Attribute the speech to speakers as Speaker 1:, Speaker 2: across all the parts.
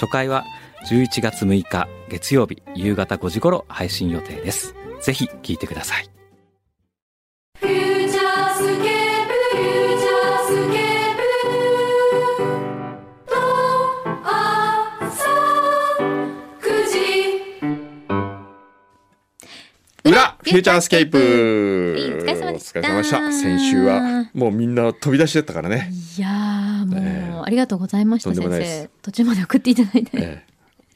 Speaker 1: 初回は11月6日月曜日夕方5時頃配信予定ですぜひ聞いてください
Speaker 2: 「フューチャースケープフューチャースケープル」「とあさ9時」
Speaker 3: 裏フューチャースケープ
Speaker 4: お疲れ様でした
Speaker 3: お疲れ様先週はもうみんな飛び出しだったからね、
Speaker 4: いやーもう、
Speaker 3: ええ
Speaker 4: ありがとうございまし
Speaker 3: とん
Speaker 4: た
Speaker 3: で
Speaker 4: 先
Speaker 3: もないです
Speaker 4: 生途中まで送っていただいて、
Speaker 3: え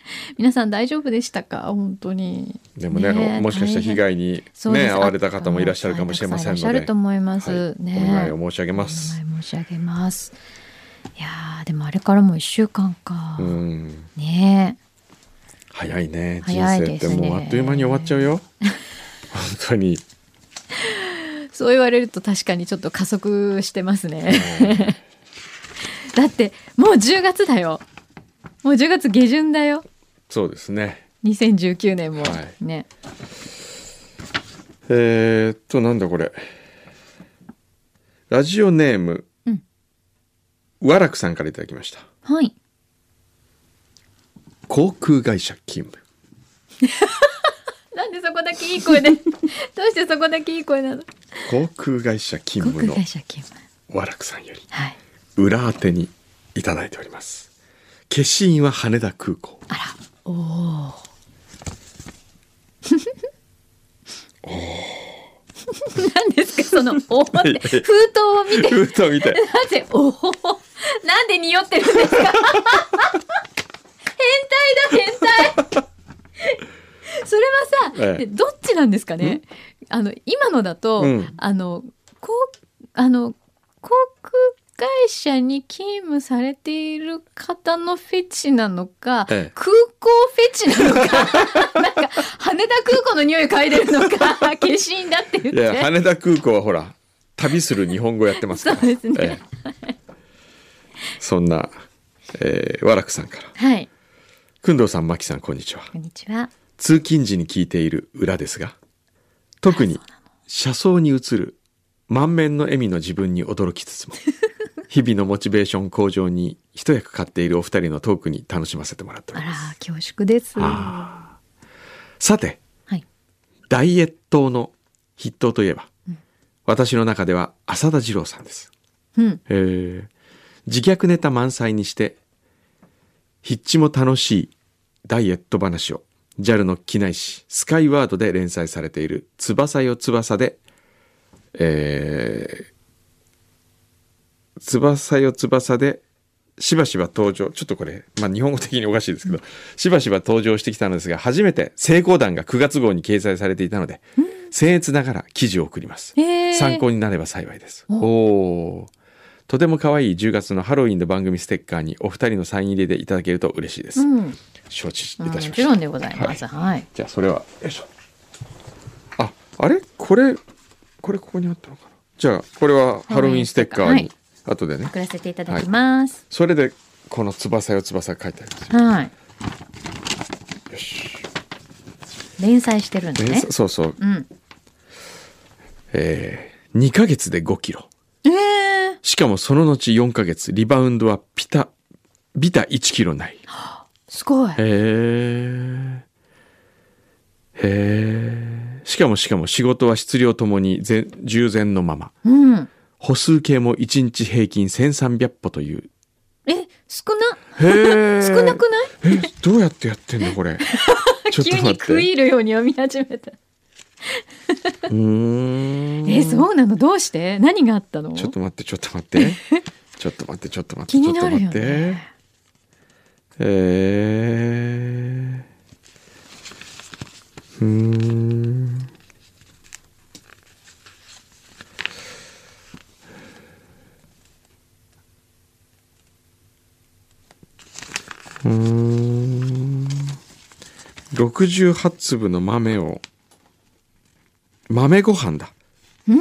Speaker 4: 皆さん大丈夫でしたか本当に
Speaker 3: えでもね
Speaker 4: ねえ
Speaker 3: もしかしたら被害にね
Speaker 4: そうです
Speaker 3: 遭われた方もいらっしゃるかもしれませんの
Speaker 4: たくさいらっしゃる
Speaker 3: で
Speaker 4: と思います、
Speaker 3: はい
Speaker 4: ね
Speaker 3: お願いを申し上げます
Speaker 4: お願い申し上げますいやーでもあれからもう一週間か、
Speaker 3: うん
Speaker 4: ねえ
Speaker 3: 早いね人
Speaker 4: 早い
Speaker 3: 生っ
Speaker 4: で
Speaker 3: て
Speaker 4: すね
Speaker 3: もうあっという間に終わっちゃう よ本当に
Speaker 4: そう言われると確かにちょっと加速してますね だってもう10月だよもう10月下旬だよ
Speaker 3: そうですね
Speaker 4: 2019年も、
Speaker 3: はい
Speaker 4: ね
Speaker 3: えー、っとなんだこれラジオネーム、
Speaker 4: うん
Speaker 3: わらくさんからいただきました
Speaker 4: はい
Speaker 3: 航空会社勤務
Speaker 4: なんでそこだけいい 声でどうしてそこだけいい声なの
Speaker 3: 航空会社勤
Speaker 4: 航
Speaker 3: 務
Speaker 4: 空
Speaker 3: の
Speaker 4: 会社勤務
Speaker 3: わらくさんより
Speaker 4: はい
Speaker 3: 裏宛てにいただいております消印は羽田空港
Speaker 4: あらおお何ですかその「おお」って封筒を 見て
Speaker 3: 封筒見て
Speaker 4: なぜ「おお」なんで匂ってるんですか変態だ変態それはさ、
Speaker 3: ええ
Speaker 4: どっちなんですかねあの今のだと、
Speaker 3: うん
Speaker 4: あのこうあの航空会社に勤務されている方のフェチなのか、
Speaker 3: ええ
Speaker 4: 空港フェチなのか なんか羽田空港の匂い嗅いでるのか化身だって言っ
Speaker 3: い
Speaker 4: て
Speaker 3: や羽田空港はほら旅する日本語やってますから
Speaker 4: そうですね
Speaker 3: ええそんな、えー、和楽さんから
Speaker 4: はい
Speaker 3: 工藤さん牧さんこんにちは
Speaker 4: こんにちは
Speaker 3: 通勤時に聞いている裏ですが特に車窓に映る満面の笑みの自分に驚きつ つも日々のモチベーション向上に一役買っているお二人のトークに楽しませてもらってお
Speaker 4: あ
Speaker 3: り
Speaker 4: ら
Speaker 3: ます
Speaker 4: 恐縮ですは
Speaker 3: あーさて
Speaker 4: い
Speaker 3: ダイエットの筆頭といえば、私の中では浅田二郎さんです
Speaker 4: うん
Speaker 3: えー自虐ネタ満載にしてヒッチも楽しいダイエット話を JAL の機内誌スカイワードで連載されている「翼よ翼で」えー翼よ翼で」しばしば登場ちょっとこれ、まあ、日本語的におかしいですけど、しばしば登場してきたのですが初めて成功談が9月号に掲載されていたので、僭越ながら記事を送ります、
Speaker 4: へー
Speaker 3: 参考になれば幸いですおーとても可愛い10月のハロウィンの番組ステッカーにお二人のサイン入れでいただけると嬉しいです、
Speaker 4: うん
Speaker 3: 承知いたし
Speaker 4: ま
Speaker 3: ました
Speaker 4: あもちろんでございます。
Speaker 3: はい
Speaker 4: はい。
Speaker 3: じゃあそれはよいしょああれこれこれここにあったのかなじゃあこれはハロウィンステッカー
Speaker 4: は
Speaker 3: に
Speaker 4: い
Speaker 3: 後でね
Speaker 4: 送らせていただきます。
Speaker 3: それでこの翼よ翼が書いてあります
Speaker 4: はい。
Speaker 3: よし
Speaker 4: 連載してるんで
Speaker 3: 連
Speaker 4: ね
Speaker 3: 載。そうそう
Speaker 4: うん。
Speaker 3: えー、2ヶ月で5キロ
Speaker 4: ええ
Speaker 3: しかもその後4ヶ月リバウンドはピタビタ1キロない
Speaker 4: すごい。
Speaker 3: へえ。へえ。しかもしかも仕事は質量ともに全従前のまま。
Speaker 4: うん。
Speaker 3: 歩数計も1日平均1300歩という。
Speaker 4: え、少な、
Speaker 3: へえ。
Speaker 4: 少なくない
Speaker 3: え、どうやってやってんのこ れ。ちょっと
Speaker 4: 急に
Speaker 3: 待って。
Speaker 4: 食い入るように読み始めた。
Speaker 3: うーん
Speaker 4: え、そうなのどうして何があったの
Speaker 3: ちょっと待って、ちょっと待 って。ちょっと待って、ちょっと待
Speaker 4: 気
Speaker 3: って、ちょ
Speaker 4: に
Speaker 3: っと
Speaker 4: なる
Speaker 3: 待
Speaker 4: よ
Speaker 3: って。
Speaker 4: ね。
Speaker 3: えー、うーん。うーん68粒の豆を豆ご飯だへ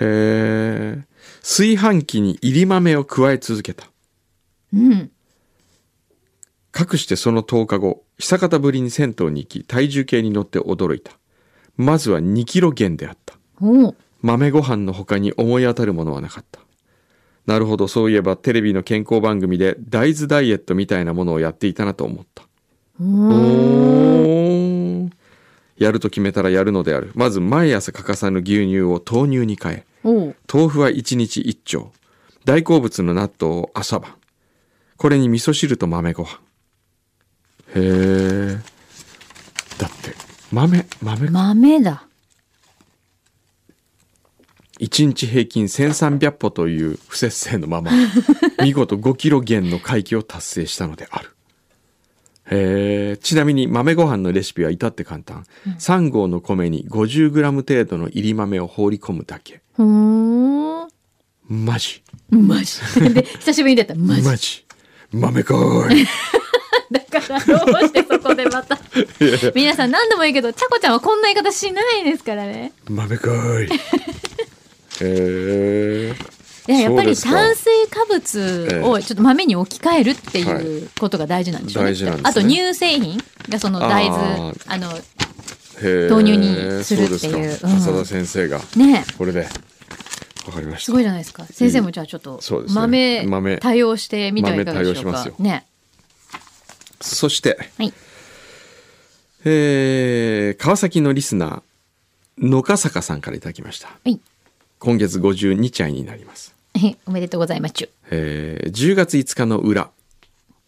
Speaker 3: え炊飯器に入り豆を加え続けた
Speaker 4: うん。
Speaker 3: かくしてその10日後久方ぶりに銭湯に行き体重計に乗って驚いたまずは2キロ減であった
Speaker 4: おう
Speaker 3: 豆ご飯の他に思い当たるものはなかったなるほどそういえばテレビの健康番組で大豆ダイエットみたいなものをやっていたなと思ったおーやると決めたらやるのであるまず毎朝欠かさぬ牛乳を豆乳に変え
Speaker 4: おう。
Speaker 3: 豆腐は1日1丁大好物の納豆を朝晩これに味噌汁と豆ご飯へえだって豆豆
Speaker 4: 豆だ。
Speaker 3: 1日平均1300歩という不節制の まま見事5キロ減の回帰を達成したのであるへえちなみに豆ご飯のレシピは至って簡単、3合の米に 50g 程度の入り豆を放り込むだけ
Speaker 4: ほーん。
Speaker 3: マジ
Speaker 4: マジ。で、久しぶりに出た。マジ。
Speaker 3: マジ豆かーい
Speaker 4: だから、どうしてそこでまた。皆さん何度も言うけど、ちゃこちゃんはこんな言い方しないですからね。
Speaker 3: 豆かーいへえ
Speaker 4: いや、やっぱ
Speaker 3: そうで
Speaker 4: り
Speaker 3: すか
Speaker 4: 炭水化物をちょっと豆に置き換えるって
Speaker 3: え
Speaker 4: いうことが大事なんでしょうね。
Speaker 3: 大事なんですね
Speaker 4: あと乳製品がその大
Speaker 3: あ
Speaker 4: 豆、
Speaker 3: ー
Speaker 4: あの、
Speaker 3: 豆
Speaker 4: 豆乳にするっていう
Speaker 3: そうですか、
Speaker 4: うん
Speaker 3: 浅田先生が
Speaker 4: ね
Speaker 3: これでわかりまし
Speaker 4: す
Speaker 3: た
Speaker 4: ごいじゃないですか。先生もじゃあちょっと
Speaker 3: そうですね
Speaker 4: 豆、
Speaker 3: 豆
Speaker 4: 対応してみてはいかがでしょ
Speaker 3: 豆
Speaker 4: う
Speaker 3: 対応
Speaker 4: か
Speaker 3: しま。す
Speaker 4: ね。
Speaker 3: そして
Speaker 4: はい。
Speaker 3: えー川崎のリスナー野笠坂さんからいただきました
Speaker 4: はい。
Speaker 3: 今月52歳になります、
Speaker 4: おめでとうございますちゅ。
Speaker 3: えー10月5日の裏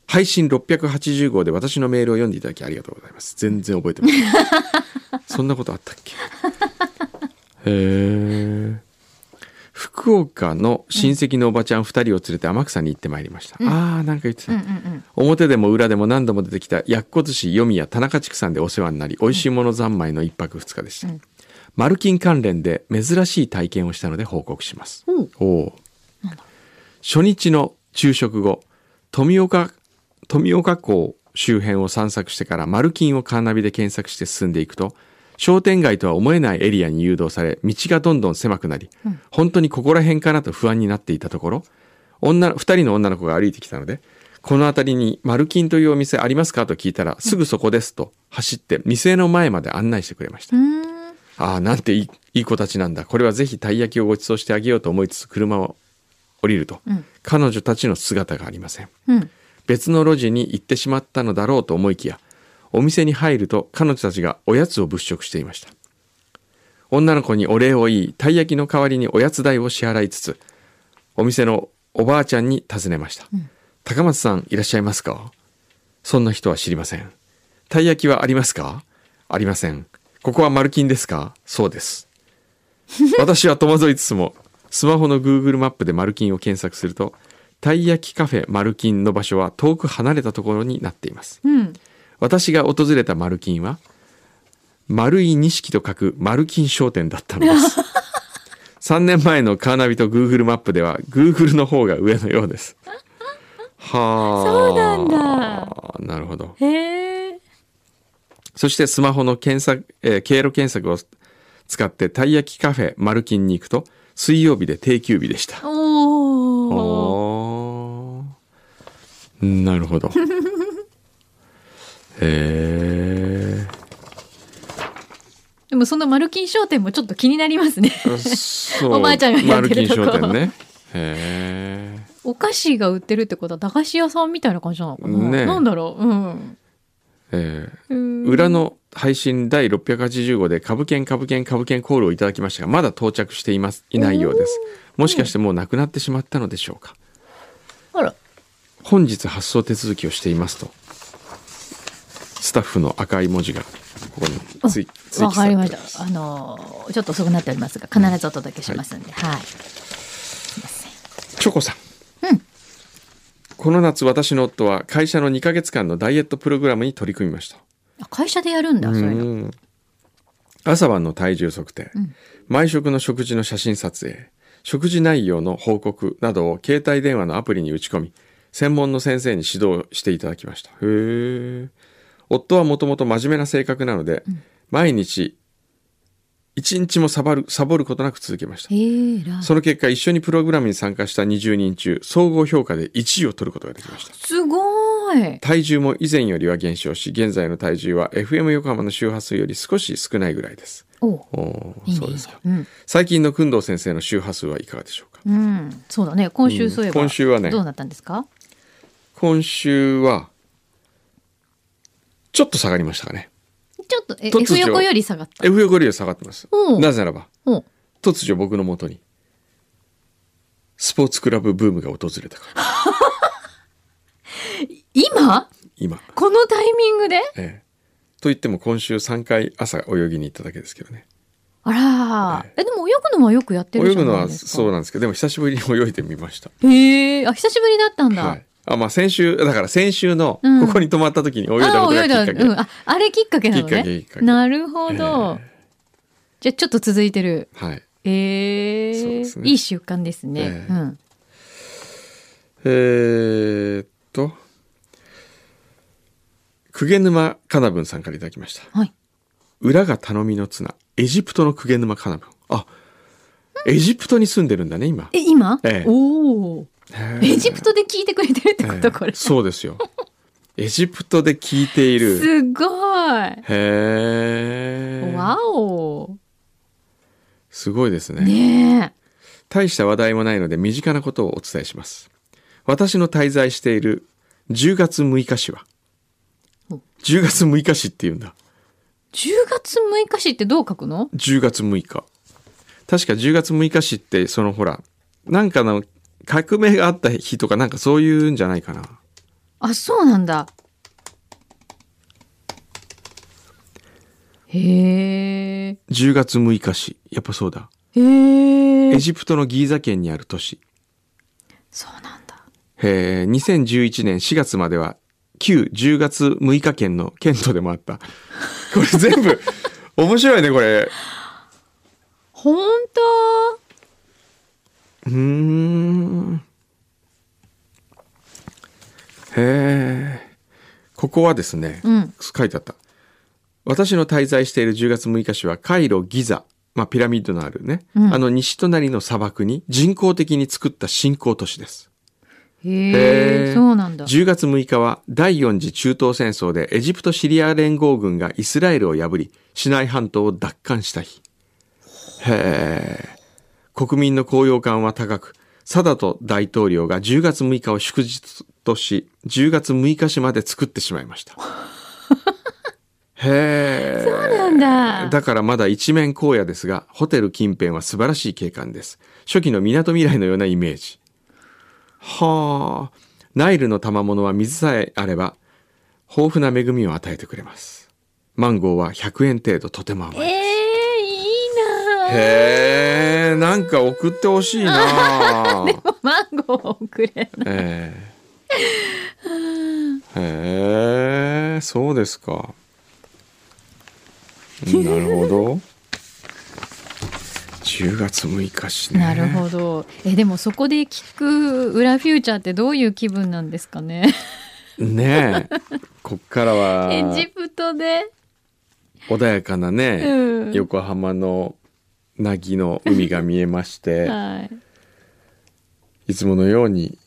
Speaker 3: 配信680号で私のメールを読んでいただきありがとうございます全然覚えてませんそんなことあったっけえー福岡の親戚のおばちゃん2人を連れて天草に行ってまいりました、あーなんか言ってた、
Speaker 4: うんうんうん。
Speaker 3: 表でも裏でも何度も出てきた薬骨師読谷田中畜産でお世話になり美味しいもの三昧の一泊二日でした、マルキン関連で珍しい体験をしたので報告します、
Speaker 4: うん
Speaker 3: おお初日の昼食後富岡富岡港周辺を散策してからマルキンをカーナビで検索して進んでいくと商店街とは思えないエリアに誘導され道がどんどん狭くなり、本当にここら辺かなと不安になっていたところ女の2人の女の子が歩いてきたので「この辺りにマルキンというお店ありますか?」と聞いたら「すぐそこです」と走って店の前まで案内してくれました。ああなんていいいい子たちなんだこれはぜひたい焼きをご馳走してあげようと思いつつ車を降りると、彼女たちの姿がありません
Speaker 4: うん。
Speaker 3: 別の路地に行ってしまったのだろうと思いきやお店に入ると彼女たちがおやつを物色していました女の子にお礼を言いたい焼きの代わりにおやつ代を支払いつつお店のおばあちゃんに尋ねました、高松さんいらっしゃいますかそんな人は知りませんたい焼きはありますかありませんここはマルキンですかそうです 私は戸惑いつつもスマホの Google マップでマルキンを検索するとたい焼きカフェマルキンの場所は遠く離れたところになっています、
Speaker 4: ん
Speaker 3: 私が訪れたマルキンは丸い錦と書くマルキン商店だったのです 3年前のカーナビと Google マップでは Google の方が上のよう ですはあ
Speaker 4: そうなんだ
Speaker 3: なるほど
Speaker 4: へえ。
Speaker 3: そしてスマホの検索、えー経路検索を使ってたい焼きカフェマルキンに行くと水曜日で定休日でした
Speaker 4: おお。
Speaker 3: おーなるほど へえ
Speaker 4: でもそのマルキン商店もちょっと気になりますね。
Speaker 3: そう
Speaker 4: おばあちゃんがやってるとこ
Speaker 3: マルキン商店ねへえ
Speaker 4: お菓子が売ってるってことは駄菓子屋さんみたいな感じなのかな、
Speaker 3: ねえ
Speaker 4: なんだろううん。
Speaker 3: え
Speaker 4: う
Speaker 3: ー
Speaker 4: ん
Speaker 3: 裏の配信第680号で株券株券株券コールをいただきましたがまだ到着していますいないようですもしかしてもうなくなってしまったのでしょうか
Speaker 4: あら。
Speaker 3: 本日発送手続きをしていますとスタッフの赤い文字がここについつい
Speaker 4: わかりまし
Speaker 3: ついて
Speaker 4: た。あのーちょっと遅くなっておりますが、必ずお届けしますんで、はい。すいません。
Speaker 3: チョコさん。この夏私の夫は会社の2ヶ月間のダイエットプログラムに取り組みました。
Speaker 4: あ会社でやるんだ、そういうの。
Speaker 3: 朝晩の体重測定、毎食の食事の写真撮影、食事内容の報告などを携帯電話のアプリに打ち込み、専門の先生に指導していただきました。へえ。夫はもともと真面目な性格なので、毎日一日もサボるサボることなく続けました
Speaker 4: えー、ら
Speaker 3: その結果一緒にプログラムに参加した20人中総合評価で1位を取ることができました
Speaker 4: すごーい
Speaker 3: 体重も以前よりは減少し現在の体重は FM 横浜の周波数より少し少ないぐらいです
Speaker 4: お
Speaker 3: おー
Speaker 4: いいね
Speaker 3: そうですか
Speaker 4: いいね
Speaker 3: 最近の工藤先生の周波数はいかがでしょうか
Speaker 4: うん、うん、そうだね今
Speaker 3: う
Speaker 4: 週
Speaker 3: ん
Speaker 4: そういえば、
Speaker 3: 今週はね
Speaker 4: どうなったんですか
Speaker 3: 今週はちょっと下がりましたかね
Speaker 4: ちょっとえ
Speaker 3: 突如
Speaker 4: F 横より下がった、
Speaker 3: F 横よりは下がってます
Speaker 4: おう
Speaker 3: なぜならば
Speaker 4: おう
Speaker 3: 突如僕のもとにスポーツクラブブームが訪れたから
Speaker 4: 今
Speaker 3: 今
Speaker 4: このタイミングで
Speaker 3: ええと言っても今週3回朝泳ぎに行っただけですけどね
Speaker 4: あらー
Speaker 3: え
Speaker 4: えでも泳ぐのはよくやってる
Speaker 3: 泳
Speaker 4: じゃ
Speaker 3: ぐの
Speaker 4: ない
Speaker 3: は
Speaker 4: ですか
Speaker 3: そう
Speaker 4: う
Speaker 3: なんですけどでも久しぶりに泳いでみました
Speaker 4: へえあ久しぶりだったんだ、
Speaker 3: はいあまあ先週だから先週の
Speaker 4: うん
Speaker 3: ここに泊まった時に泳いだ
Speaker 4: あ
Speaker 3: ことが
Speaker 4: あ
Speaker 3: き
Speaker 4: 泳
Speaker 3: っ
Speaker 4: いだ
Speaker 3: かけ、
Speaker 4: うん、ああれきっかけなの
Speaker 3: きっか
Speaker 4: ね
Speaker 3: けきっかけ
Speaker 4: なるほど、じゃあちょっと続いてる
Speaker 3: はい
Speaker 4: ええ
Speaker 3: そうですね
Speaker 4: いい習慣ですね
Speaker 3: え、ええーっと鵠沼かなぶんさんからいただきました
Speaker 4: うんはい
Speaker 3: 裏が頼みの綱エジプトの鵠沼かなぶんあエジプトに住んでるんだね今
Speaker 4: え今、
Speaker 3: ええ
Speaker 4: おおエジプ
Speaker 3: ト
Speaker 4: トで聞いてくれてるってこと、これす
Speaker 3: そうですよエジプトで聞いている
Speaker 4: ごい、
Speaker 3: へえ
Speaker 4: わお
Speaker 3: すごいですね
Speaker 4: ね
Speaker 3: 大した話題もないので身近なことをお伝えします私の滞在している10月6日市は
Speaker 4: お
Speaker 3: 10月6日市って言うんだ
Speaker 4: え10月6日市ってどう書くの
Speaker 3: 10月6日確か10月6日市ってそのほらなんかの革命があった日とかなんかそういうんじゃないかな
Speaker 4: あそうなんだへえ
Speaker 3: 10月6日市やっぱそうだ
Speaker 4: へ
Speaker 3: エ
Speaker 4: え
Speaker 3: ジプトのギーザ県にある都市
Speaker 4: そうなんだ
Speaker 3: えー2011年4月までは旧10月6日県の県都でもあったこれ全部面白いねこれ
Speaker 4: 本当
Speaker 3: うーんへえここはですね、
Speaker 4: うん
Speaker 3: 書いてあった私の滞在している10月6日市はカイロギザ、まあ、ピラミッドのあるね、
Speaker 4: うん
Speaker 3: あの西隣の砂漠に人工的に作った新興都市です
Speaker 4: へ
Speaker 3: へー
Speaker 4: えそうなんだ
Speaker 3: 10月6日は第4次中東戦争でエジプト・シリア連合軍がイスラエルを破りシナイ半島を奪還した日へえ国民の高揚感は高くサダト大統領が10月6日を祝日とし10月6日市まで作ってしまいま したへえ
Speaker 4: そうなんだ
Speaker 3: だからまだ一面荒野ですがホテル近辺は素晴らしい景観です初期のみなとみらいのようなイメージはあナイルの賜物は水さえあれば豊富な恵みを与えてくれますマンゴーは100円程度とても甘い
Speaker 4: ええいいな
Speaker 3: へえなんか送ってほしい な
Speaker 4: あマンゴーをくれない
Speaker 3: ええへえそうですかなるほど10月6日しね
Speaker 4: なるほど。え、でもそこで聞く裏フューチャーってどういう気分なんですかね。
Speaker 3: ねえこっからは
Speaker 4: エジプトで。
Speaker 3: 穏やかなね、
Speaker 4: うん
Speaker 3: 横浜の凪の海が見えまして
Speaker 4: はい。
Speaker 3: いつものように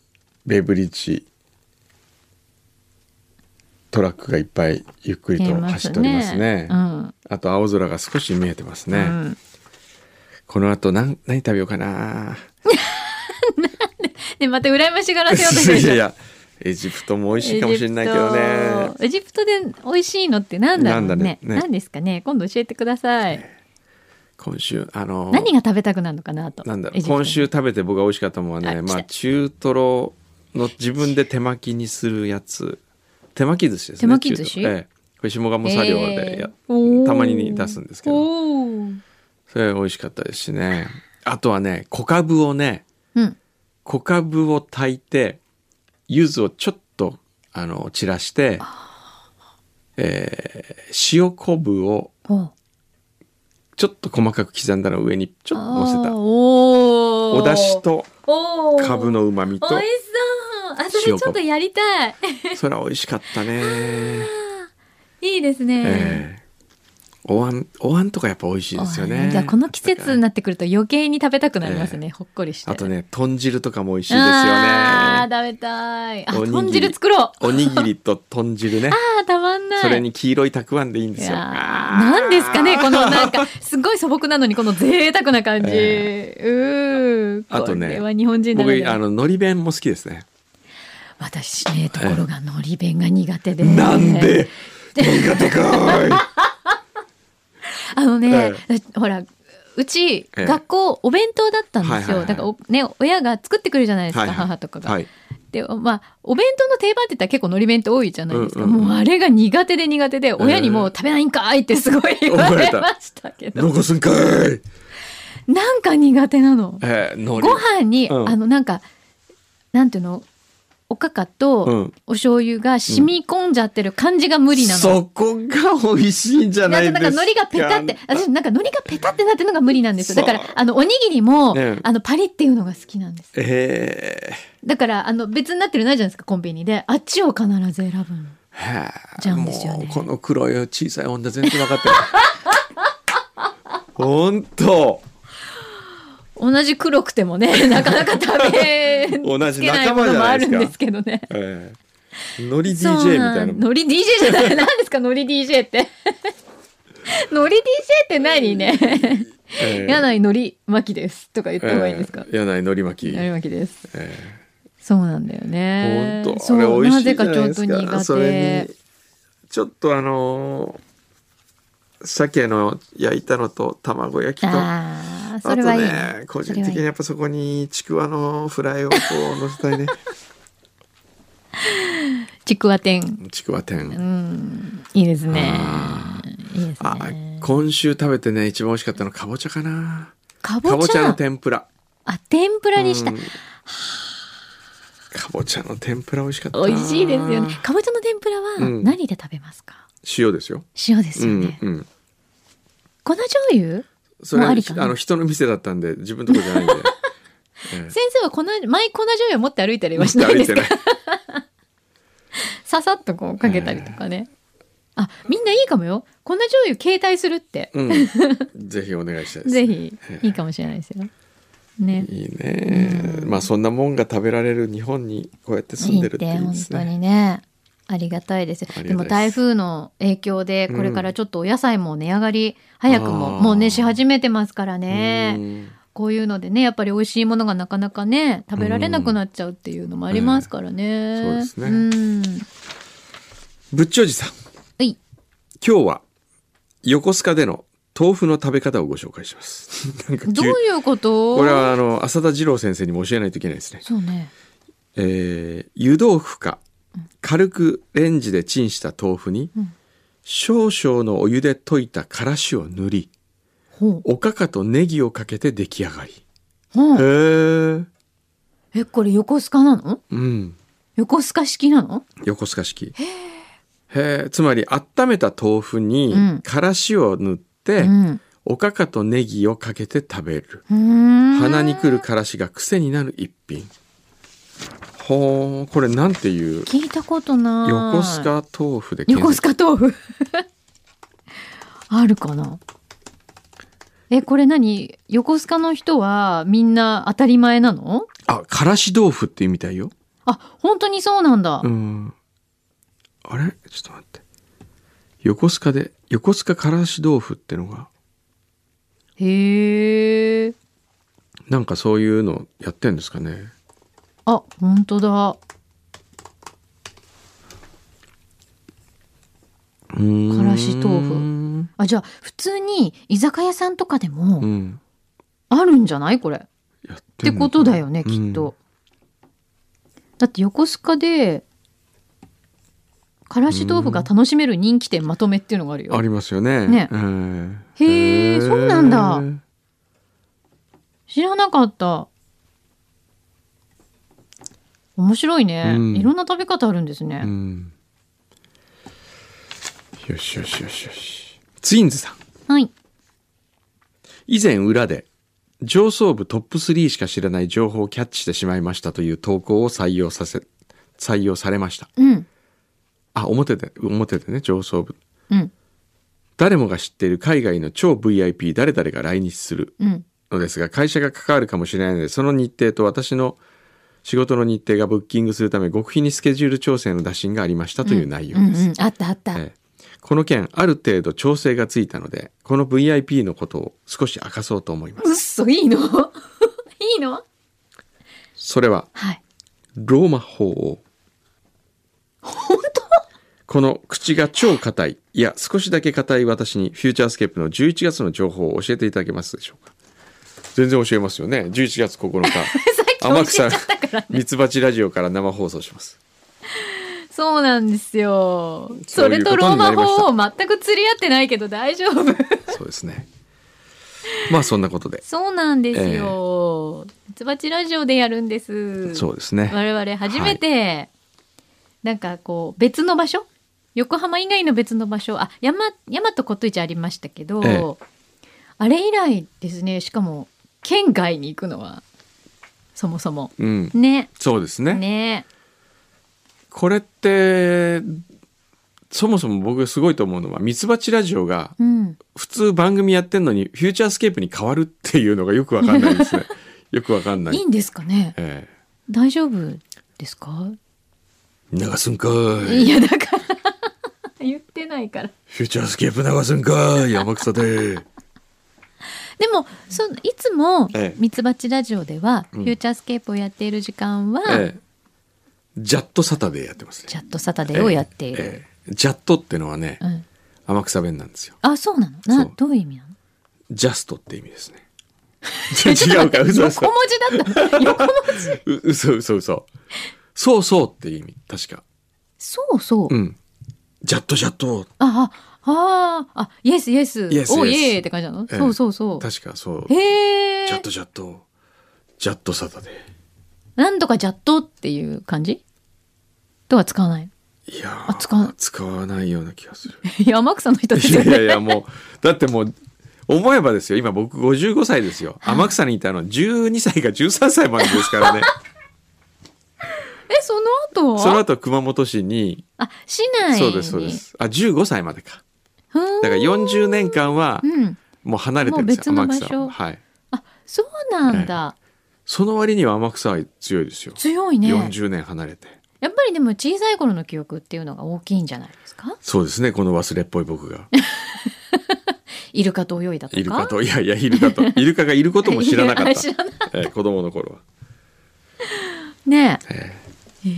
Speaker 3: ベイブリッジトラックがいっぱいゆっくりと走っておりますね
Speaker 4: うん。
Speaker 3: あと青空が少し見えてますね、
Speaker 4: うん
Speaker 3: この後何何食べようかな
Speaker 4: で、また羨ましがらせようとしてる
Speaker 3: い
Speaker 4: じ
Speaker 3: や
Speaker 4: ゃん
Speaker 3: いやエジプトも美味しいかもしれないけどね
Speaker 4: エジプトエジプトで美味しいのってなんだろ
Speaker 3: な
Speaker 4: うね。なんん
Speaker 3: だねね
Speaker 4: ですかね。今度教えてください。
Speaker 3: 今週あの
Speaker 4: 何が食べたくなるのかなと。
Speaker 3: なんだろ
Speaker 4: エ
Speaker 3: う
Speaker 4: ジプト
Speaker 3: 今週。食べて僕が美味しかったものはね
Speaker 4: あ
Speaker 3: まあ
Speaker 4: 来た
Speaker 3: 中トロの自分で手巻きにするやつ手巻き寿司ですね
Speaker 4: 手巻き寿
Speaker 3: 中
Speaker 4: 司
Speaker 3: トロええこれ下鴨作業でや、
Speaker 4: えーおー
Speaker 3: たまに出すんですけど
Speaker 4: おー
Speaker 3: それ美味しかったですしねあとはね小かぶをね
Speaker 4: うん。
Speaker 3: 小かぶを炊いて柚子をちょっとあの散らして、えー塩昆布を
Speaker 4: おー
Speaker 3: ちょっと細かく刻んだのを上にちょっと乗せ
Speaker 4: あー
Speaker 3: た
Speaker 4: お
Speaker 3: お出汁
Speaker 4: と、
Speaker 3: と
Speaker 4: おー
Speaker 3: かぶのうまみと
Speaker 4: 美味しそうあそれちょっとやりたい
Speaker 3: それは美味しかったね。
Speaker 4: いいいですね。
Speaker 3: ええお椀お椀とかやっぱ美味しいですよね
Speaker 4: じゃあこの季節になってくると余計に食べたくなりますね。ほっこりして。
Speaker 3: あと
Speaker 4: ね、
Speaker 3: ね豚汁とかも美味しいですよ
Speaker 4: あー
Speaker 3: ね
Speaker 4: 食べたい。あ、
Speaker 3: おにぎり
Speaker 4: 豚汁作ろう。あ
Speaker 3: おにぎりと豚汁ね
Speaker 4: ーたまんない。
Speaker 3: それに黄色いたくあんでいいんで
Speaker 4: い
Speaker 3: す
Speaker 4: やー
Speaker 3: よ
Speaker 4: なんですかねこのなんかすごい素朴なのにこの贅沢な感じ。うーん。
Speaker 3: あとね
Speaker 4: これは日本人ならで
Speaker 3: 僕あ
Speaker 4: は
Speaker 3: の海苔弁も好きですね
Speaker 4: 私ねところが海苔弁が苦手で。
Speaker 3: なんで苦手かい
Speaker 4: あのね、
Speaker 3: え
Speaker 4: ほらうち、
Speaker 3: ええ
Speaker 4: 学校お弁当だったんですよ、
Speaker 3: はいはいはい
Speaker 4: だからおね親が作ってくるじゃないですか、
Speaker 3: はいはい
Speaker 4: 母とかが。
Speaker 3: はい
Speaker 4: でまあお弁当の定番って言ったら結構のり弁って多いじゃないですか、
Speaker 3: うんうんうん
Speaker 4: もうあれが苦手で苦手で親にもう「食べないんかい!」ってすごい言わ
Speaker 3: 怒ら
Speaker 4: れ
Speaker 3: れた
Speaker 4: ましたけど
Speaker 3: 残すんかい
Speaker 4: なんか苦手なの。
Speaker 3: えー、海苔
Speaker 4: ご飯に、
Speaker 3: うん
Speaker 4: あのなんかなんていうのおかか
Speaker 3: う
Speaker 4: と
Speaker 3: ん
Speaker 4: お醤油が染み込んじゃってる感じが無理なの。
Speaker 3: そこが美味しいんじゃ
Speaker 4: な
Speaker 3: なんい
Speaker 4: か
Speaker 3: で
Speaker 4: なん
Speaker 3: すか
Speaker 4: か海苔がペタって、私なんか海苔がペタってなってるのが無理なんですよ。
Speaker 3: そ
Speaker 4: だ
Speaker 3: う
Speaker 4: から、あの、おにぎりも、
Speaker 3: うん
Speaker 4: あの、パリっていうのが好きなんです。
Speaker 3: え
Speaker 4: だから、あの、別になってるのないじゃないですか、コンビニで。あっちを必ず選ぶ
Speaker 3: ー、
Speaker 4: の。
Speaker 3: はあ
Speaker 4: じゃんですよ
Speaker 3: も
Speaker 4: ね
Speaker 3: うこの黒い小さい女全然分かってない ほんと
Speaker 4: 同じ黒くても ね、なかなか食べ
Speaker 3: 同じ
Speaker 4: つけない
Speaker 3: 仲
Speaker 4: も
Speaker 3: 間
Speaker 4: の
Speaker 3: じゃ
Speaker 4: も
Speaker 3: な
Speaker 4: あ
Speaker 3: いです
Speaker 4: るん
Speaker 3: か
Speaker 4: ですけどね。
Speaker 3: ええ海苔
Speaker 4: そう
Speaker 3: DJ みたいな
Speaker 4: なんノリ DJ じゃない。何ですか、ノリ DJ って。 ノリ DJ って何ね。
Speaker 3: ええ
Speaker 4: 柳井のり巻きです。とか言った方がいいんですか
Speaker 3: え。え柳井のり巻き
Speaker 4: のり巻きです。
Speaker 3: え
Speaker 4: そうなんだよね
Speaker 3: え。ほんと
Speaker 4: そ
Speaker 3: あれ
Speaker 4: う
Speaker 3: 美味しいじ
Speaker 4: ぜ
Speaker 3: ゃ
Speaker 4: かち
Speaker 3: ない
Speaker 4: ょ
Speaker 3: で
Speaker 4: っと
Speaker 3: すか
Speaker 4: 苦手。
Speaker 3: それにちょっとあのー鮭の焼いたのと卵焼きとあ
Speaker 4: ああ、
Speaker 3: と
Speaker 4: それはいいね、
Speaker 3: ね個人
Speaker 4: そ
Speaker 3: 的
Speaker 4: れはい
Speaker 3: に
Speaker 4: い
Speaker 3: やっぱそこにちくわのフライをこう乗せたい ね
Speaker 4: ちくわ天。
Speaker 3: ちくわ
Speaker 4: う
Speaker 3: 天
Speaker 4: ん、いいですね
Speaker 3: あ。
Speaker 4: いいです
Speaker 3: あ
Speaker 4: ね。
Speaker 3: 今週食べてね一番美味しかったのかぼちゃかな
Speaker 4: か
Speaker 3: か
Speaker 4: ぼ
Speaker 3: ぼ
Speaker 4: ち
Speaker 3: ちゃ
Speaker 4: ゃ
Speaker 3: の。天ぷら
Speaker 4: あ、天ぷらにした
Speaker 3: うん。かぼちゃの天ぷら美味しかったな
Speaker 4: 美味しいですよね。かぼちゃの天ぷらは
Speaker 3: うん
Speaker 4: 何で食べますか。
Speaker 3: 塩ですよ
Speaker 4: 塩ですよね。
Speaker 3: うんうん
Speaker 4: 粉醤油。
Speaker 3: それ
Speaker 4: もうありかな
Speaker 3: あの人の店だったんで自分のとこじゃない んでえ
Speaker 4: 先生は粉、前粉醤油持って歩いたり
Speaker 3: え
Speaker 4: はしないですか
Speaker 3: 歩。てない
Speaker 4: ささっとこうかけたりとかね。あ、みんないいかもよ。粉醤油携帯するって。
Speaker 3: うん、ぜひお願いしたいです
Speaker 4: ぜひいいかもしれないですよ。ね。
Speaker 3: いいねまあそんなもんが食べられる日本にこうやって住んでるっていいで
Speaker 4: 本
Speaker 3: す
Speaker 4: 当
Speaker 3: ね
Speaker 4: にね。ありがたいですよ
Speaker 3: ありがたいで
Speaker 4: ですも台風の影響でこれからちょっとお野菜も値上がり早くも、
Speaker 3: あー
Speaker 4: もうねし始めてますからね、
Speaker 3: うん
Speaker 4: こういうのでねやっぱり美味しいものがなかなかね食べられなくなっちゃうっていうのもありますからね、
Speaker 3: うんええそうですね
Speaker 4: ん
Speaker 3: ぶっちおじさん
Speaker 4: はい
Speaker 3: 今日は横須賀での豆腐の食べ方をご紹介します なんか急に
Speaker 4: どういうこと
Speaker 3: これはあの浅田二郎先生にも教えないといけないですね
Speaker 4: そうね
Speaker 3: えー湯豆腐か軽くレンジでチンした豆腐に、
Speaker 4: うん
Speaker 3: 少々のお湯で溶いたからしを塗り
Speaker 4: ほう
Speaker 3: おかかとネギをかけて出来上がり
Speaker 4: ほ
Speaker 3: へ
Speaker 4: う
Speaker 3: え
Speaker 4: えこれ横須賀なの
Speaker 3: うん
Speaker 4: 横須賀式なの
Speaker 3: 横須賀式へえつまり温めた豆腐に
Speaker 4: うん
Speaker 3: からしを塗って、
Speaker 4: うん
Speaker 3: おかかとネギをかけて食べる
Speaker 4: 鼻
Speaker 3: 鼻にくるからしが癖になる一品ほうこれなんていう
Speaker 4: 聞いたことない
Speaker 3: 横須賀豆腐で検
Speaker 4: 横
Speaker 3: 索
Speaker 4: 須賀豆腐 あるかなえこれ何横須賀の人はみんな当たり前なの
Speaker 3: あ、からし豆腐っていうみたいよ。
Speaker 4: あ本当にそうなんだ、
Speaker 3: うん。あれちょっと待って。横須賀で、横須賀からし豆腐ってのが、
Speaker 4: へえ
Speaker 3: なんかそういうのやってんですかね。
Speaker 4: あ本当だからし豆腐
Speaker 3: 腐。
Speaker 4: あじゃあ普通に居酒屋さんとかで
Speaker 3: う
Speaker 4: も
Speaker 3: ん。
Speaker 4: あるんじゃないこれっ
Speaker 3: やってんのかな
Speaker 4: ことだよねきっと、。だって横須賀でからし豆腐が楽しめる人気店まとめっていうのがある
Speaker 3: う
Speaker 4: よ
Speaker 3: んありますよね。
Speaker 4: ね
Speaker 3: うん
Speaker 4: へえそうなんだ
Speaker 3: へえ
Speaker 4: 知らなかった面白いね、
Speaker 3: うん
Speaker 4: いろんな食べ方あるんですね、
Speaker 3: うん。よしよしよしよし。ツインズさん。
Speaker 4: はい
Speaker 3: 以前裏で上層部トップ3しか知らない情報をキャッチしてしまいましたという投稿を採用させ採用されました
Speaker 4: うん
Speaker 3: あ表で表でね上層部
Speaker 4: うん
Speaker 3: 誰もが知っている海外の超 VIP 誰々が来日する
Speaker 4: うん
Speaker 3: のですが会社が関わるかもしれないのでその日程と私の仕事の日程がブッキングするため極秘にスケジュール調整の打診がありましたという内容
Speaker 4: うん
Speaker 3: です、
Speaker 4: うんあったあった、
Speaker 3: ええこの件ある程度調整がついたのでこの VIP のことを少し明かそうと思います
Speaker 4: うっそいいの いいの
Speaker 3: それは
Speaker 4: はい
Speaker 3: ローマ法王
Speaker 4: 本
Speaker 3: この口が超硬いいや少しだけ硬い私にフューチャースケープの11月の情報を教えていただけますでしょうか全然教えますよね11月9日
Speaker 4: 当
Speaker 3: 天
Speaker 4: さ
Speaker 3: 草
Speaker 4: っき教えちゃったから
Speaker 3: ミツバチラジオから生放送します
Speaker 4: そうなんですよ
Speaker 3: そ
Speaker 4: そう
Speaker 3: い
Speaker 4: れ
Speaker 3: うこと
Speaker 4: とロー
Speaker 3: にな
Speaker 4: マ
Speaker 3: りました
Speaker 4: 法王全く釣り合ってないけど大丈 夫
Speaker 3: そうですねまあそんなことで
Speaker 4: そうなんですよミツバチラジオでやるんです
Speaker 3: そうですね
Speaker 4: 我々初めて、なんかこう別の場所横浜以外の別の場所あ山大和こといちありましたけど、
Speaker 3: え
Speaker 4: あれ以来ですねしかも県外に行くのはそもそも
Speaker 3: うん
Speaker 4: ね
Speaker 3: そうですね
Speaker 4: ね
Speaker 3: これってそもそも僕すごいと思うのはミツバチラジオが
Speaker 4: うん
Speaker 3: 普通番組やってんのにフューチャースケープに変わるっていうのがよくわかんないですね よくわかんない
Speaker 4: いいんですかね
Speaker 3: え
Speaker 4: 大丈夫ですか
Speaker 3: え流すんかい
Speaker 4: いやだから言ってないから
Speaker 3: フューチャースケープ流すんかい山草で
Speaker 4: でもそのいつも
Speaker 3: ええ
Speaker 4: ミツバチラジオでは、
Speaker 3: うん
Speaker 4: フューチャースケープをやっている時間は、
Speaker 3: ええジャットサタデーやってますね
Speaker 4: チャットサタデーをやっている、
Speaker 3: ええジャットってのはね、
Speaker 4: うん、
Speaker 3: 天草弁なんですよ
Speaker 4: あ、そうなの。
Speaker 3: そ
Speaker 4: な
Speaker 3: う、
Speaker 4: どういう意味なの。
Speaker 3: ジャストって意味です ね
Speaker 4: ちょ
Speaker 3: 違
Speaker 4: っ
Speaker 3: う
Speaker 4: と
Speaker 3: か
Speaker 4: 待って
Speaker 3: 嘘嘘
Speaker 4: 横文字だったの。 横文字。
Speaker 3: う嘘嘘嘘そうそうって意味確か
Speaker 4: そうそう。
Speaker 3: うんジャットジャット
Speaker 4: あ、あ、あー、あ、イエスイエス。
Speaker 3: Yes,
Speaker 4: お、
Speaker 3: yes
Speaker 4: イエーって感じなの。
Speaker 3: ええ
Speaker 4: そうそうそう。
Speaker 3: 確かそう
Speaker 4: へえ
Speaker 3: ジャッ。トジャットジャットサタデ
Speaker 4: なんとかジャットっていう感じ。とは使わ ない。
Speaker 3: ーいやー
Speaker 4: あ使わ
Speaker 3: 使わないような気がする
Speaker 4: 山草の人 で
Speaker 3: い
Speaker 4: す
Speaker 3: や
Speaker 4: よ
Speaker 3: いや
Speaker 4: ね。
Speaker 3: いやもうだってもう思えばですよ今僕55歳ですよ天草にいたの12歳か13歳までですからね
Speaker 4: え、その後。
Speaker 3: その後熊本市に
Speaker 4: あ、市内に。
Speaker 3: そうですそうで。すあ15歳までか
Speaker 4: ふーん。
Speaker 3: だから40年間は
Speaker 4: うん。
Speaker 3: もう離れてるんですよ
Speaker 4: もう
Speaker 3: 天
Speaker 4: 別の場
Speaker 3: 草
Speaker 4: 所
Speaker 3: ははい
Speaker 4: あ、そうなんだ。
Speaker 3: その割には天草は強いですよ、
Speaker 4: 強いね。
Speaker 3: 40年離れて
Speaker 4: やっぱりでも小さい頃の記憶っていうのが大きいんじゃないですか。
Speaker 3: そうですねこの忘れっぽい僕が
Speaker 4: イルカと泳いだとか。
Speaker 3: イルカといやいやイルカと イルカがいることも知らなかった
Speaker 4: 知らな
Speaker 3: えー子供の頃は、
Speaker 4: ねえ
Speaker 3: え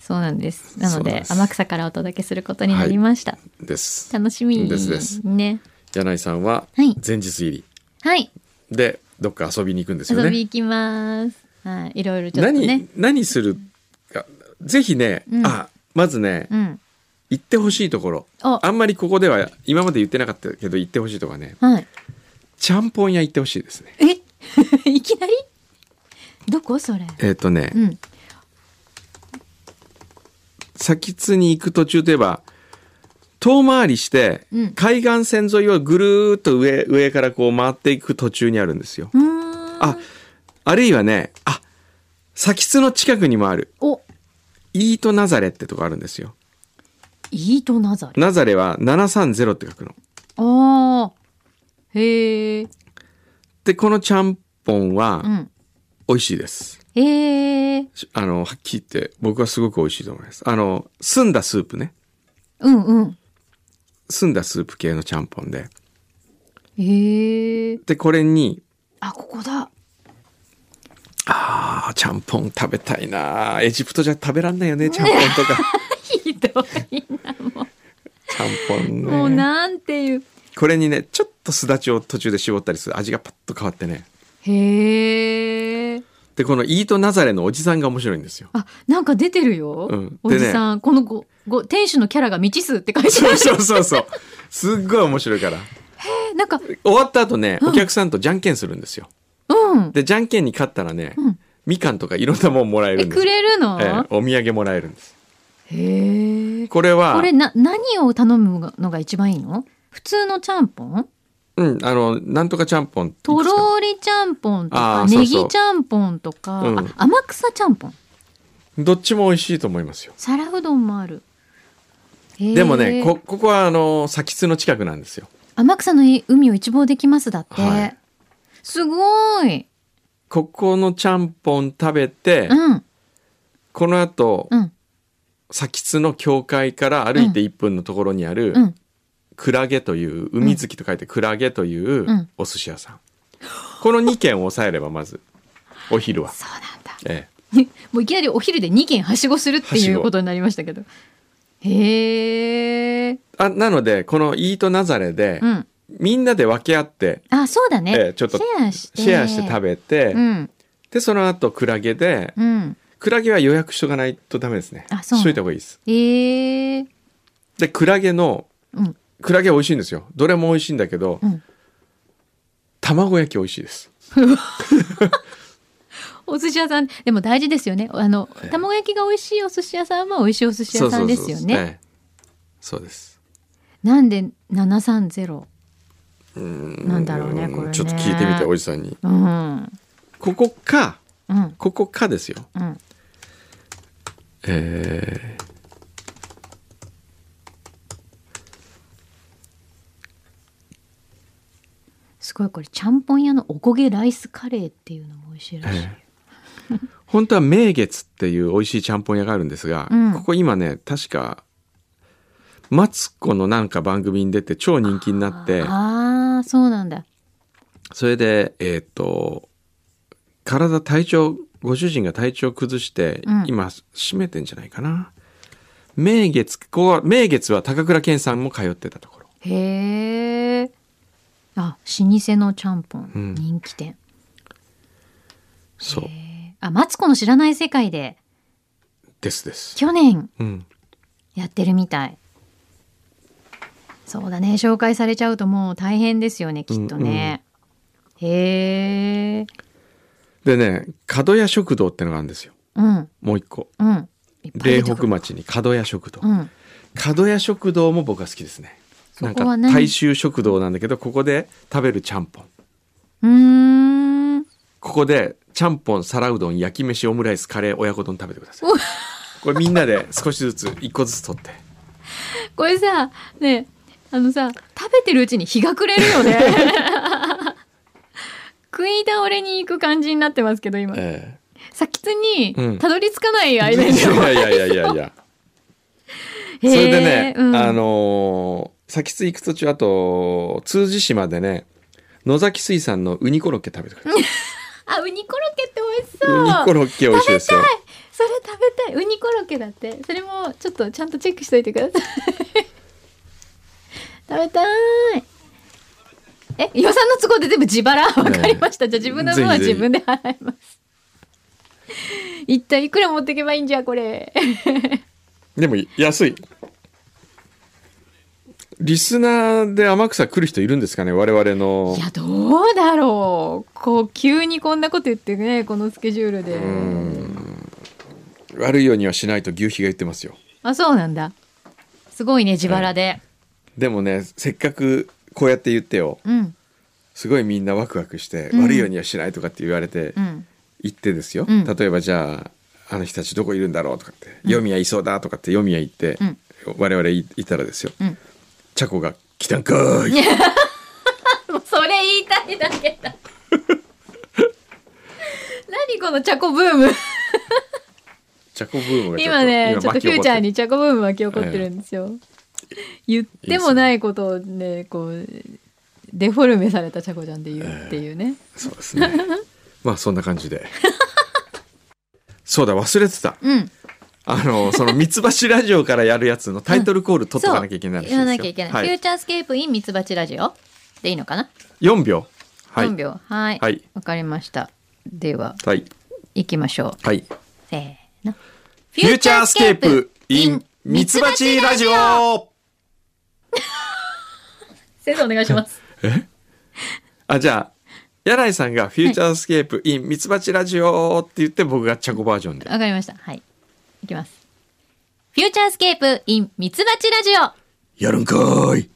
Speaker 4: そうなんですなの
Speaker 3: そう
Speaker 4: で
Speaker 3: です
Speaker 4: 天草からお届けすることになりました、
Speaker 3: ーです
Speaker 4: 楽しみ
Speaker 3: ですです
Speaker 4: ね
Speaker 3: 柳井さんは
Speaker 4: はい
Speaker 3: 前日入り
Speaker 4: はい
Speaker 3: でどっか遊びに行くんですよ
Speaker 4: 遊び
Speaker 3: ね
Speaker 4: 行きますはいいろいろちょっとね
Speaker 3: 何何するかぜひね、
Speaker 4: うん
Speaker 3: あまずね、
Speaker 4: うん
Speaker 3: 行ってほしいところ
Speaker 4: お
Speaker 3: あんまりここでは今まで言ってなかったけど行ってほしいとこはね
Speaker 4: はい
Speaker 3: ちゃんぽん屋行ってほしいですね
Speaker 4: えいきなりどこそれ
Speaker 3: えっ、とね、
Speaker 4: うん
Speaker 3: 先津に行く途中といえば遠回りして
Speaker 4: うん
Speaker 3: 海岸線沿いをぐるーっと上上からこう回っていく途中にあるんですよ。
Speaker 4: うーん
Speaker 3: ああるいはねあ先津の近くにもある
Speaker 4: お
Speaker 3: イートナザレってとこあるんですよ。
Speaker 4: イートナザレ
Speaker 3: ナザレは730って書くの。
Speaker 4: あーへえ
Speaker 3: でこのちゃんぽん
Speaker 4: う
Speaker 3: は
Speaker 4: ん
Speaker 3: 美味しいです。
Speaker 4: へえ
Speaker 3: しあのはっきり言って僕はすごく美味しいと思います。あの澄んだスープね
Speaker 4: うんうん
Speaker 3: 澄んだスープ系のちゃんぽんで
Speaker 4: へえ
Speaker 3: でこれに
Speaker 4: あここだ
Speaker 3: あーちゃんぽん食べたいなエジプトじゃ食べらんないよねちゃんぽんとか
Speaker 4: ひどいなも
Speaker 3: ちゃんぽん
Speaker 4: う、
Speaker 3: ね
Speaker 4: もうなんていう
Speaker 3: これにねちょっとすだちを途中で絞ったりする味がパッと変わってね
Speaker 4: へえ。
Speaker 3: でこのイートナザレのおじさんが面白いんです よ
Speaker 4: あ、なんか出てるよ。
Speaker 3: うん
Speaker 4: お
Speaker 3: でね
Speaker 4: じさん、このご、ご、店主のキャラが未知数って書いてあ
Speaker 3: そう
Speaker 4: る。
Speaker 3: そうそうそうすっごい面白いから
Speaker 4: えなんか、
Speaker 3: 終わった後ねお客さんとじゃんけんするんですよ
Speaker 4: うん。
Speaker 3: でじゃんけんに勝ったらね、
Speaker 4: うん
Speaker 3: みかんとかいろんなもんもらえる
Speaker 4: え、
Speaker 3: んです
Speaker 4: くれるの。
Speaker 3: ええお土産もらえるんです
Speaker 4: へえ。
Speaker 3: これは
Speaker 4: これ、な、何を頼むのが一番いいの。普通のちゃんぽん。
Speaker 3: うん、あのなんとかちゃんぽんいくつか
Speaker 4: とろりちゃんぽんと
Speaker 3: あ
Speaker 4: か、
Speaker 3: ーそう
Speaker 4: ネ
Speaker 3: そう
Speaker 4: ギちゃんぽんとか、
Speaker 3: うん
Speaker 4: あ天草ちゃんぽん。
Speaker 3: どっちも美味しいと思いますよ
Speaker 4: 皿うどんもある。
Speaker 3: でもね
Speaker 4: へー
Speaker 3: こここはあのー先津の近くなんですよ
Speaker 4: 天草の海を一望できますだって、
Speaker 3: はい
Speaker 4: すごい
Speaker 3: ここのちゃんぽん食べて、
Speaker 4: うん
Speaker 3: この後、
Speaker 4: うん
Speaker 3: 先津の教会から歩いて1分のところにある、
Speaker 4: うん
Speaker 3: クラゲという海月と書いてクラゲというんお寿司屋さん、この2軒を抑えればまずお昼は、
Speaker 4: そうなんだ
Speaker 3: ええ、
Speaker 4: もういきなりお昼で2軒はしごするっていうことになりましたけどへえ
Speaker 3: あなのでこのイートナザレで、
Speaker 4: うん
Speaker 3: みんなで分け合って
Speaker 4: あそうだね、
Speaker 3: ええちょっと
Speaker 4: シェアして
Speaker 3: シェアして食べて、
Speaker 4: うん
Speaker 3: でその後クラゲで、
Speaker 4: うん
Speaker 3: クラゲは予約しとかないとダメですね
Speaker 4: あそう
Speaker 3: しといた方がいいです
Speaker 4: へえ
Speaker 3: でクラゲの
Speaker 4: うん
Speaker 3: クラゲ美味しいんですよどれも美味しいんだけど、
Speaker 4: うん
Speaker 3: 卵焼き美味しいです
Speaker 4: お寿司屋さんでも大事ですよねあの卵焼きが美味しいお寿司屋さんは美味しいお寿司屋さんですよ
Speaker 3: え
Speaker 4: ね
Speaker 3: えそうです
Speaker 4: なんで730なんだろうねこれね
Speaker 3: ちょっと聞いてみておじさんに
Speaker 4: うん
Speaker 3: ここか
Speaker 4: うん
Speaker 3: ここかですよ
Speaker 4: うん
Speaker 3: えー
Speaker 4: すごいこれちゃんぽん屋のおこげライスカレーっていうのも美味しいらしい、
Speaker 3: え本当は名月っていう美味しいちゃんぽん屋があるんですが、
Speaker 4: うん
Speaker 3: ここ今ね確かマツコのなんか番組に出て超人気になって
Speaker 4: ああそうなんだ
Speaker 3: それでえっ、と体体調ご主人が体調崩して、
Speaker 4: うん
Speaker 3: 今閉めてんじゃないかな名月ここは名月は高倉健さんも通ってたところ
Speaker 4: へえあ老舗のちゃんぽん、
Speaker 3: うん
Speaker 4: 人気店
Speaker 3: そう
Speaker 4: へーあマツコの知らない世界で
Speaker 3: ですです、
Speaker 4: 去年
Speaker 3: うん、
Speaker 4: やってるみたいそうだね紹介されちゃうともう大変ですよねきっとね、へえ
Speaker 3: でね角屋食堂ってのがあるんですよ
Speaker 4: うん
Speaker 3: もう一個
Speaker 4: うんいっぱい
Speaker 3: 霊
Speaker 4: 出てく
Speaker 3: 北
Speaker 4: る
Speaker 3: 町に角屋食堂、
Speaker 4: うん
Speaker 3: 角屋食堂も僕は好きですね
Speaker 4: そ
Speaker 3: なん
Speaker 4: こ
Speaker 3: か
Speaker 4: は何
Speaker 3: 大衆食堂なんだけどここで食べるちゃんぽん
Speaker 4: うーん
Speaker 3: ここでちゃんぽん皿うどん焼き飯オムライスカレー親子丼食べてくださいこれみんなで少しずつ一個ずつ取って
Speaker 4: これさねあのさ食べてるうちに日が暮れるよね 食い倒れに行く感じになってますけど今
Speaker 3: え
Speaker 4: 先に
Speaker 3: うん
Speaker 4: たどり着かない
Speaker 3: えい
Speaker 4: 間
Speaker 3: や
Speaker 4: に、
Speaker 3: いやいやいやいやそれでね、
Speaker 4: へーうん
Speaker 3: あのー先津行く途中あと通じ島でね野崎水産のウニコロッケ食べてください
Speaker 4: あウニコロッケって美味しそう
Speaker 3: ウニコロッケ美味しいですよ
Speaker 4: それ食べたいウニコロッケだってそれもちょっとちゃんとチェックしといてください 食べたいえ予算の都合で全部自腹わかりました、じゃあ自分の分は
Speaker 3: ぜひぜひ
Speaker 4: 自分で払います一体いくら持ってけばいいんじゃこれ
Speaker 3: でも安いリスナーで天草来る人いるんですかね我々の
Speaker 4: いやどうだろうこう急にこんなこと言ってねこのスケジュールで
Speaker 3: 悪いようにはしないと牛皮が言ってますよ
Speaker 4: あそうなんだすごいね自腹で、
Speaker 3: でもねせっかくこうやって言ってよ
Speaker 4: うん
Speaker 3: すごいみんなワクワクして、
Speaker 4: うん
Speaker 3: 悪いようにはしないとかって言われて、
Speaker 4: うん
Speaker 3: 言ってですよ、
Speaker 4: うん
Speaker 3: 例えばじゃああの人たちどこいるんだろうとかって「読み屋いそうだ」とかって読み屋行って、
Speaker 4: うん
Speaker 3: 我々いいたらですよ、
Speaker 4: うん
Speaker 3: チャコが「来たんかーい」
Speaker 4: もうそれ言いたいだけだ 何このチャコブ ーム
Speaker 3: チャコブームが
Speaker 4: 今ねちょっと
Speaker 3: 巻
Speaker 4: フ
Speaker 3: き起こ
Speaker 4: ュ
Speaker 3: て
Speaker 4: ーチ
Speaker 3: る
Speaker 4: ャーにチャコブーム巻き起こってるんですよ、言ってもないことをねこうデフォルメされたチャコちゃんで言うっていうね、
Speaker 3: そうですね まあそんな感じで そうだ忘れてた
Speaker 4: うん
Speaker 3: あのその三つ橋ラジオからやるやつのタイトルコール取っとかなきゃいけないらしい
Speaker 4: 言わ
Speaker 3: です
Speaker 4: な
Speaker 3: よ
Speaker 4: きゃいけない、
Speaker 3: は
Speaker 4: フュ
Speaker 3: い
Speaker 4: ー、チャースケープインミツバチラジオでいいのかな、
Speaker 3: 4秒はい
Speaker 4: 4秒はいわ、
Speaker 3: はい
Speaker 4: かりましたでは
Speaker 3: はい
Speaker 4: 行きましょう
Speaker 3: はい
Speaker 4: せーの
Speaker 3: フ
Speaker 4: フ
Speaker 3: ューチャースケープ in ミツバチラジオ
Speaker 4: 先生お願いします
Speaker 3: あじゃあ柳井さんが「フューチャースケープ in ミツバチラジオ」って言って僕がチャコバージョンで
Speaker 4: わかりました。はい。いきます。フューチャースケープ in ミツバチラジオ。
Speaker 3: 「やるんかー い」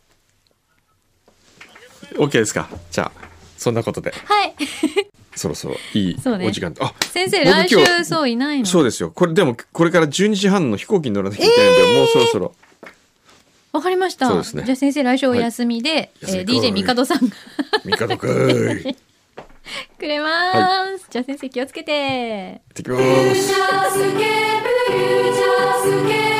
Speaker 3: OK ですかじゃあそんなことで
Speaker 4: はい。
Speaker 3: そろそろいい
Speaker 4: そうね
Speaker 3: お時間あ
Speaker 4: 先生、
Speaker 3: 僕
Speaker 4: 来
Speaker 3: 今日
Speaker 4: 週そういないの。
Speaker 3: そうですよ。これでもこれから12時半の飛行機に乗らなきゃいけないんで、もうそろそろ。
Speaker 4: わかりました。
Speaker 3: そうですね
Speaker 4: じゃあ先生来週お休みで、
Speaker 3: はい
Speaker 4: えー
Speaker 3: 休み来い
Speaker 4: DJ ミカドさんが
Speaker 3: 三角くーい。行っ
Speaker 4: くれます。
Speaker 3: は
Speaker 4: じゃあ先生気をつけて。
Speaker 3: てきま
Speaker 2: 「
Speaker 3: す。
Speaker 2: フューチャースケープフューチャースケープ